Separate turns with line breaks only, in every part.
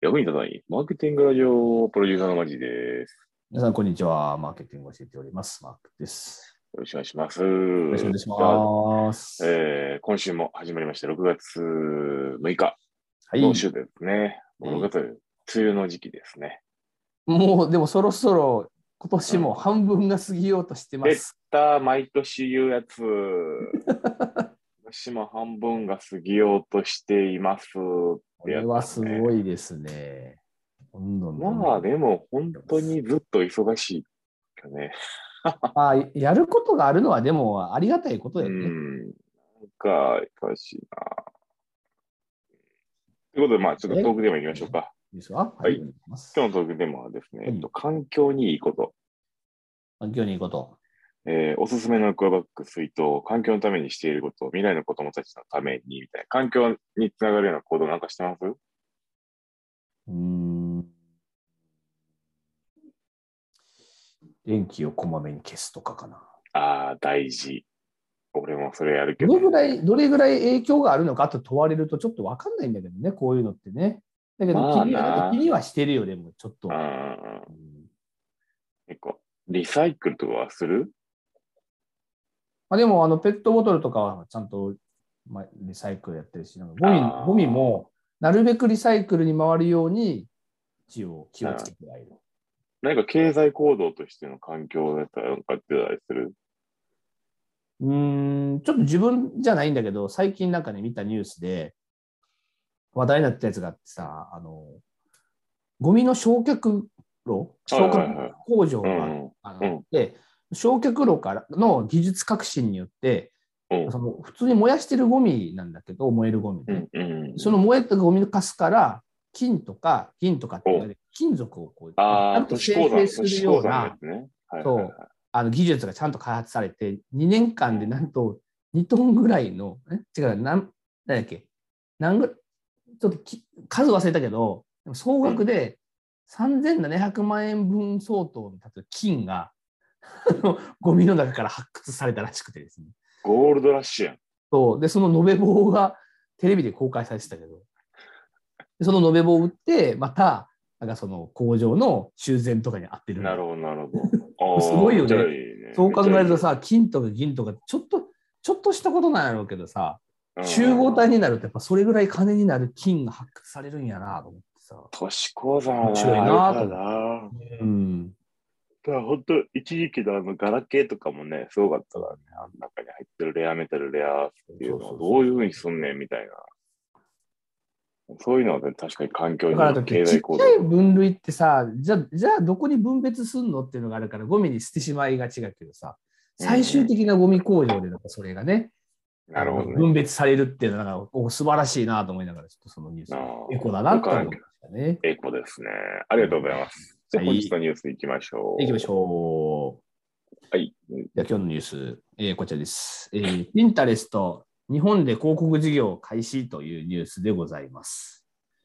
役に立たない。マーケティングラジオプロデューサーのマジです。
皆さん、こんにちは。マーケティングを教えております。マークです。
よろしくお願いします。
よ
よ
ろしくお願いします。
えー、今週も始まりました。6月6日
はい、
の週ですね。
はい
もう6月、梅雨の時期ですね。
もう、でもそろそろ今年も半分が過ぎようとしてます。
だ毎年言うや つ。私も半分が過ぎようとしていますっ
こ
てや
れ
つ
は
ですね、
ごいですね。どんどんどんどん
まあでも本当にずっと忙しいよね。
まあ、やることがあるのはでもありがたいこと
う
だよね。
ん。なんか、おかしいな。ということで、まあちょっとトークテーマいきましょうか。
いいですか
はい
お願いします
今日のトークテーマはですね、
はい
えっと環境にいいこと、
環境にいいこと。
えーおすすめのエコバッグ、水筒、環境のためにしていること、未来の子供たちのために、みたいな、環境につながるような行動なんかしてます
うーん。電気をこまめに消すとかかな。
ああ、大事。俺もそれやるけ
ど
ど。
れぐらい、どれぐらい影響があるのかと問われるとちょっとわかんないんだけどね、こういうのってね。だけど
まあな
気には、気にはしてるよ、でもちょっと
う。ん。
うん
結構。リサイクルとかはする
まあ、でも、あの、ペットボトルとかはちゃんと、まあ、リサイクルやってるし、なんかゴミ
あー、
ゴミも、なるべくリサイクルに回るように、一応気をつけてはいる。
何か経済行動としての環境だったらなんかやってたりする
うーん、ちょっと自分じゃないんだけど、最近なんかね、見たニュースで、話題になったやつがあってさ、あの、ゴミの焼却炉焼
はいはいはい
却工場
う
が
ん。
あの
うん
で焼却炉からの技術革新によって、
うん
その普通に燃やしてるゴミなんだけど燃えるゴミ
う
ね、
ん。うん。
その燃えたゴミのカスから金とか銀とかっていうので金属をこう
あ
ちゃ
あ、
んと
都
生
市鉱山、
成
都
す
市
るよ
鉱
う
山のや
な
つね。はい
そ
は
う
いはい。
あの技術がちゃんと開発されて2年間でなんと2トンぐらいのえ違うなんなんだっけなんぐちょっとき数忘れたけどでも総額で3700万円分相当の例えば金が あのゴミの中から発掘されたらしくてですね
ゴールドラッシュやん。
そうでその延べ棒がテレビで公開されてたけどでその延べ棒を売ってまたなんかその工場の修繕とかに合ってる
なるほど、なる ほど。
すごいよね
あーめっちゃいいね
そう考えると、さ、金とか銀とか、ちょっと、ちょっとしたことなんやろうけどさ、
めっちゃいい
集合体になると、やっぱそれぐらい金になる金が発掘されるんやなと思ってさ。
都市鉱山は
面白いな
あれだな。
うん。
だから本当、一時期のあのガラケーとかもね、すごかったからね、あの中に入ってるレアメタル、レアっていうのをどういうふうにすんねんみたいな。そういうのはね、確かに環境
だ
に
からだって
経
ち
済
っ
行
ち
動
ゃ。い分類ってさ、じゃじゃあどこに分別すんのっていうのがあるから、ゴミに捨てしまいがちだけどさ、最終的なゴミ工場でなんかそれがね、
なるほどね。
分別されるっていうのがお素晴らしいなと思いながら、ちょっとそのニュース
あー、
エコだなと思いましたね。
エコですね。ありがとうございます。じゃあ
はい
本日のニュースいきましょう。
行きましょう。
う。はい。
じゃあ今日のニュース、えーこちらです。えー、ピンタレスト、日本で広告事業開始というニュースでございます。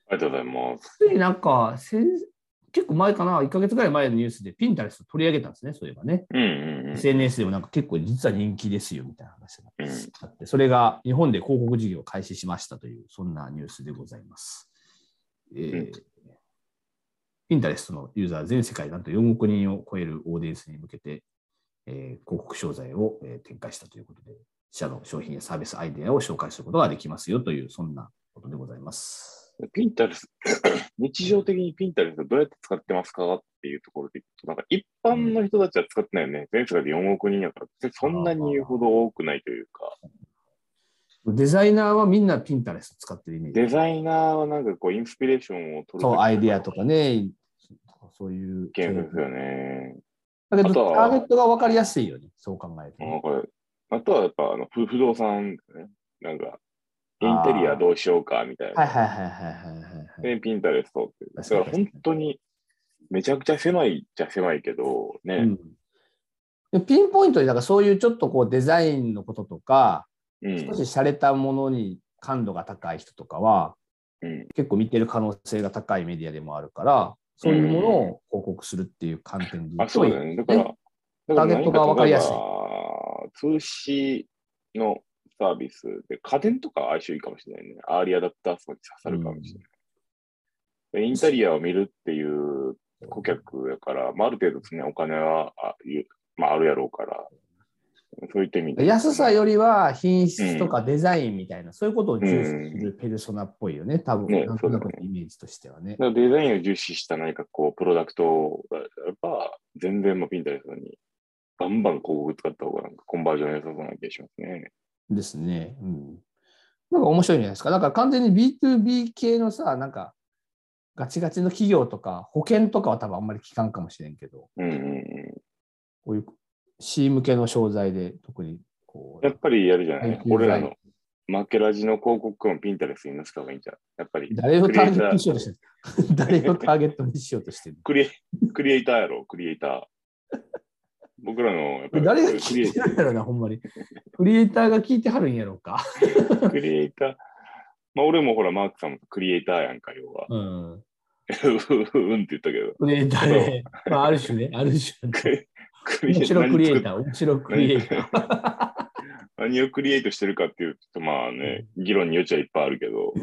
ありがとうございます。
ついなんか、せん結構前かな、1ヶ月ぐらい前のニュースでピンタレスト取り上げたんですね、そういえばね。
うんうんうん。
SNS でもなんか結構実は人気ですよみたいな話が
うん
あって、それが日本で広告事業を開始しましたという、そんなニュースでございます。えー
うん
ピンタレストのユーザー全世界なんと4億人を超えるオーディエンスに向けて、えー広告商材を、えー展開したということで、自社の商品やサービスアイデアを紹介することができますよという、そんなことでございます。
ピンタレス、 日常的にピンタレスどうやって使ってますかっていうところでいくと、なんか一般の人たちは使ってないよね。全世界で4億人だから、別にそんなに言うほど多くないというか、
デザイナーはみんなピンタレスト使ってるイメージ。
デザイナーはなんかこう、インスピレーションを取る。
そう、アイデアと。かね、そういう。
ゲームですよね。
だけ
あと
ど、
は
ターゲットが分かりやすいよね、そう考えて。
なんかこれあとはやっぱあの不不動産、ね、なんか、インテリアどうしようかみたい
はいはい
な。
はいはいはいはいはい。
で、ピンタレスとって。だから本当に、めちゃくちゃ狭いじゃ狭いけど、ね。
うんでピンポイントに、だからそういうちょっとこうデザインのこととか、
うん。
少し洒落たものに感度が高い人とかは、
うん
結構見てる可能性が高いメディアでもあるから、そういうものを広告するっていう観点で言
あ、
う
そう
と、
だよね。だから、だ
ターゲットが分かりやすい
何例えば通信のサービスで、家電とか相性いいかもしれないね。アーリーアダプター層に刺さるかもしれない。インタリアを見るっていう顧客やから、まあ、ある程度ですね、お金はあ,ゆ、まあ、あるやろうから、そういった意味で。
安さよりは品質とかデザインみたいな、そういうことを重視するペルソナっぽいよね、多分、
ね
なんとなく
そう
の
だ
イメージとしてはね。
だからデザインを重視した何かこう、プロダクトがあれば、全然もうピンタレストに、バンバン広告使った方がなんかコンバージョン良さそうな気がしますね。
ですね。うん。なんか面白いんじゃないですか。だから完全に B2B 系のさ、なんか、ガチガチの企業とか、保険とかは多分あんまり聞かんかもしれんけど、
うんうんうん。
こういう C 向けの商材で特にこう
やっ、ぱりやるじゃない、
はい
俺らの負けラジの広告をピンタレストに載せた方がいいんじゃん。やっぱり、
誰をターゲットにしようとしてる誰をターゲットにしようとしてる
クリエクリエイターやろ、クリエイター。僕らの、やっぱり
誰が
クリ
聞
エ
いてるんやろな、ほんまに。クリエイターが聞いてはるんやろうか。
クリエイター。まあ、俺もほら、マークさんもクリエイターやんか、要は。
うん。
うんって言ったけど。
クリエイターで、まあ、ある種ね、ある種、
ククリエ
面白クリエイ
ー
ター、面白クリエイター。
何をクリエイトしてるかっていうと、まあね、議論によっちゃいっぱいあるけど、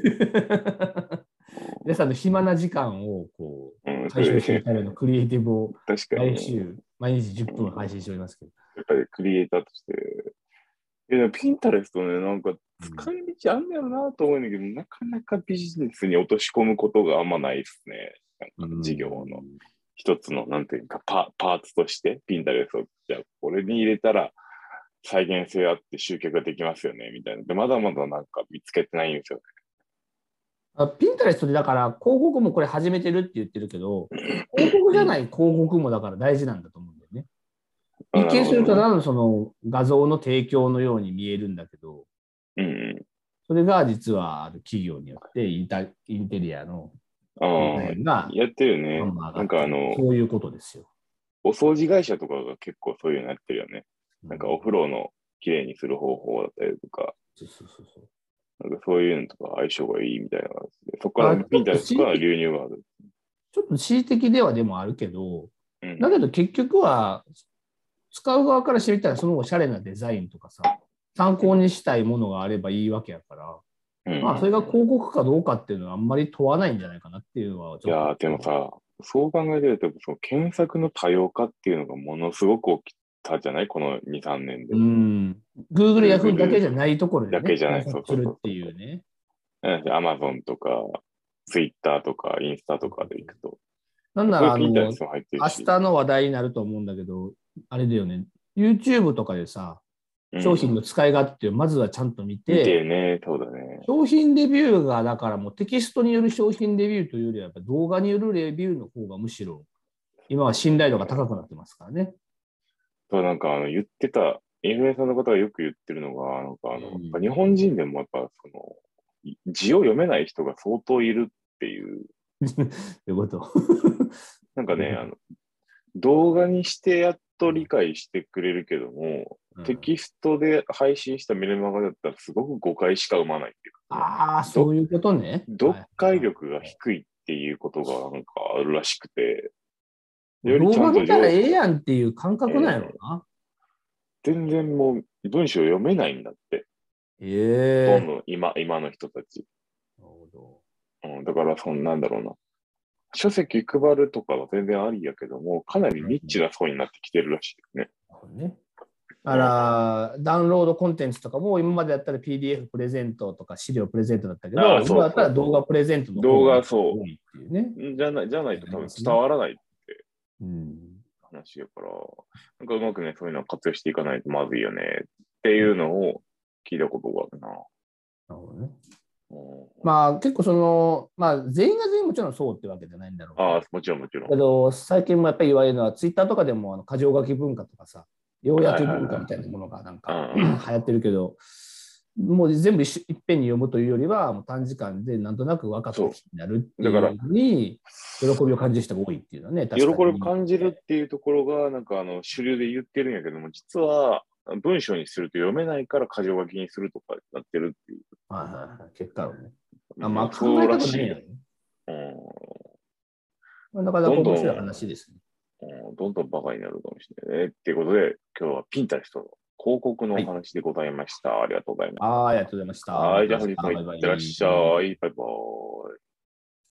皆さんの暇な時間をこ
うん、
う
そ
回
れ
収す
で
るためのクリエイティブを
確かに、
毎
ね、や
週、毎日10分配信しておりますけど。
っぱりクリエイターとして。いやでもピンタレストね、なんか使い道あんねやろなと思うんだけど、なかなかビジネスに落とし込むことがあんまないですね。なんか事業の一つの、なんていうかパ、パーツとして、ピンタレストじゃあこれに入れたら、再現性あって集客ができますよね、みたいな。で、まだまだなんか見つけてないんですよ。
あ。ピンタレストでだから広告もこれ始めてるって言ってるけど、広告じゃない広告もだから大事なんだと思うんだよね。一見すると
な
なんその画像の提供のように見えるんだけど、
うんうん。
それが実はある企業によってインタインテリアの
ああ、
が
やってるね。
まあ
なんかあの、
そういうことですよ。
お掃除会社とかが結構そういうのやってるよね。なんかお
そう
風呂のきれいにする方法だったりとか、
そうそうそう
なんかそういうのとか相性がいいみたいな感じで、そこから
あ
ピンタレストから流入がある。
ちょっと恣意的ではでもあるけど、
うん、
だけど結局は、使う側から知りたいそのおしゃれなデザインとかさ、参考にしたいものがあればいいわけやから、
うん
まあそれが広告かどうかっていうのはあんまり問わないんじゃないかなっていうのはちょっ
いやー
と。
でもさ、そう考えてると、その検索の多様化っていうのがものすごく起きたじゃないこの2、3年で
う。ん。Google や Yahoo だけじゃないところで、ね、
だけじゃない
検索するっていうね。
アマゾンとか、ツイッターとか、インスタとかで行くと。
なんな
そういう
ら、あ
ピンタ
の
レス、トも入ってる
明
し。
日の話題になると思うんだけど、あれだよね、YouTube とかでさ、
うん
商品の使い勝手をまずはちゃんと見
見
て、
てね、そうだね。
商品レビューが、だからもうテキストによる商品レビューというよりは、やっぱ動画によるレビューの方がむしろ、今は信頼度が高くなってますからね。
そうなんかあの言ってた、インフルエンサーの方がよく言ってるのが、なんかあの、
うん
やっぱ日本人でもやっぱその、い字を読めない人が相当いるっていう、
ということ。
なんかね
う、ん
あの、動画にしてやっと理解してくれるけども、テキストで配信したメルマガだったらすごく誤解しか生まないっていうか、
ああ、そういうことね。
読解力が低いっていうことがなんかあるらしくて、より
動
ちゃ
画
んと上
見たら
手
ええやんっていう感覚なんやろな。
全然もう文章読めないんだって、
え
どん
え
どん今、今の人たち。
なるほど
うん、だから、そんなんだろうな。書籍配るとかは全然ありやけども、かなりニッチな層になってきてるらしいですね。
なるほどね。だから、ダウンロードコンテンツとかも、今までだったら PDF プレゼントとか資料プレゼントだったけど、
ああそうそう
今だったら動画プレゼントの
動画そう
多いっていうね。
うんじゃない、じゃないと多分伝わらない
うん。
話やから、なんかうまくね、そういうのを活用していかないとまずいよねっていうのを聞いたことがあるな。
なるほどね。
うん
まあ結構その、まあ全員が全員もちろんそうってわけじゃないんだろうけど
ああ、もちろんもちろん
だけ。ど、最近もやっぱり言われるのは、ツイッターとかでもあの過剰書き文化とかさ、ようやく文化みたいなものがなん
はい
か
はい
流
はいうん
行ってるけど、もう全部一緒いっぺんに読むというよりは、もう短時間でなんとなく分かった気になるってい
そ
う
うだから
のに、喜びを感じる人が多いっていうのはね、
喜びを感じるっていうところが、なんかあの主流で言ってるんやけども、実は文章にすると読めないから過剰書きにするとかなってるっていう。
はいはいはい結果論ね。あまあ、考
そ
え
う
た
ら
く
し
ない
い
よ
よ。
ね。
うん
なかなか面白い話ですね。
うんどんどんバカになるかもしれないね。っていうことで、今日はピンタレストの広告のお話でございました。ありがとうございまし。
はい、ありがとうございました
はい、じゃあ本日も
バイバ
い
イ
ってらっしゃい。バイバイ。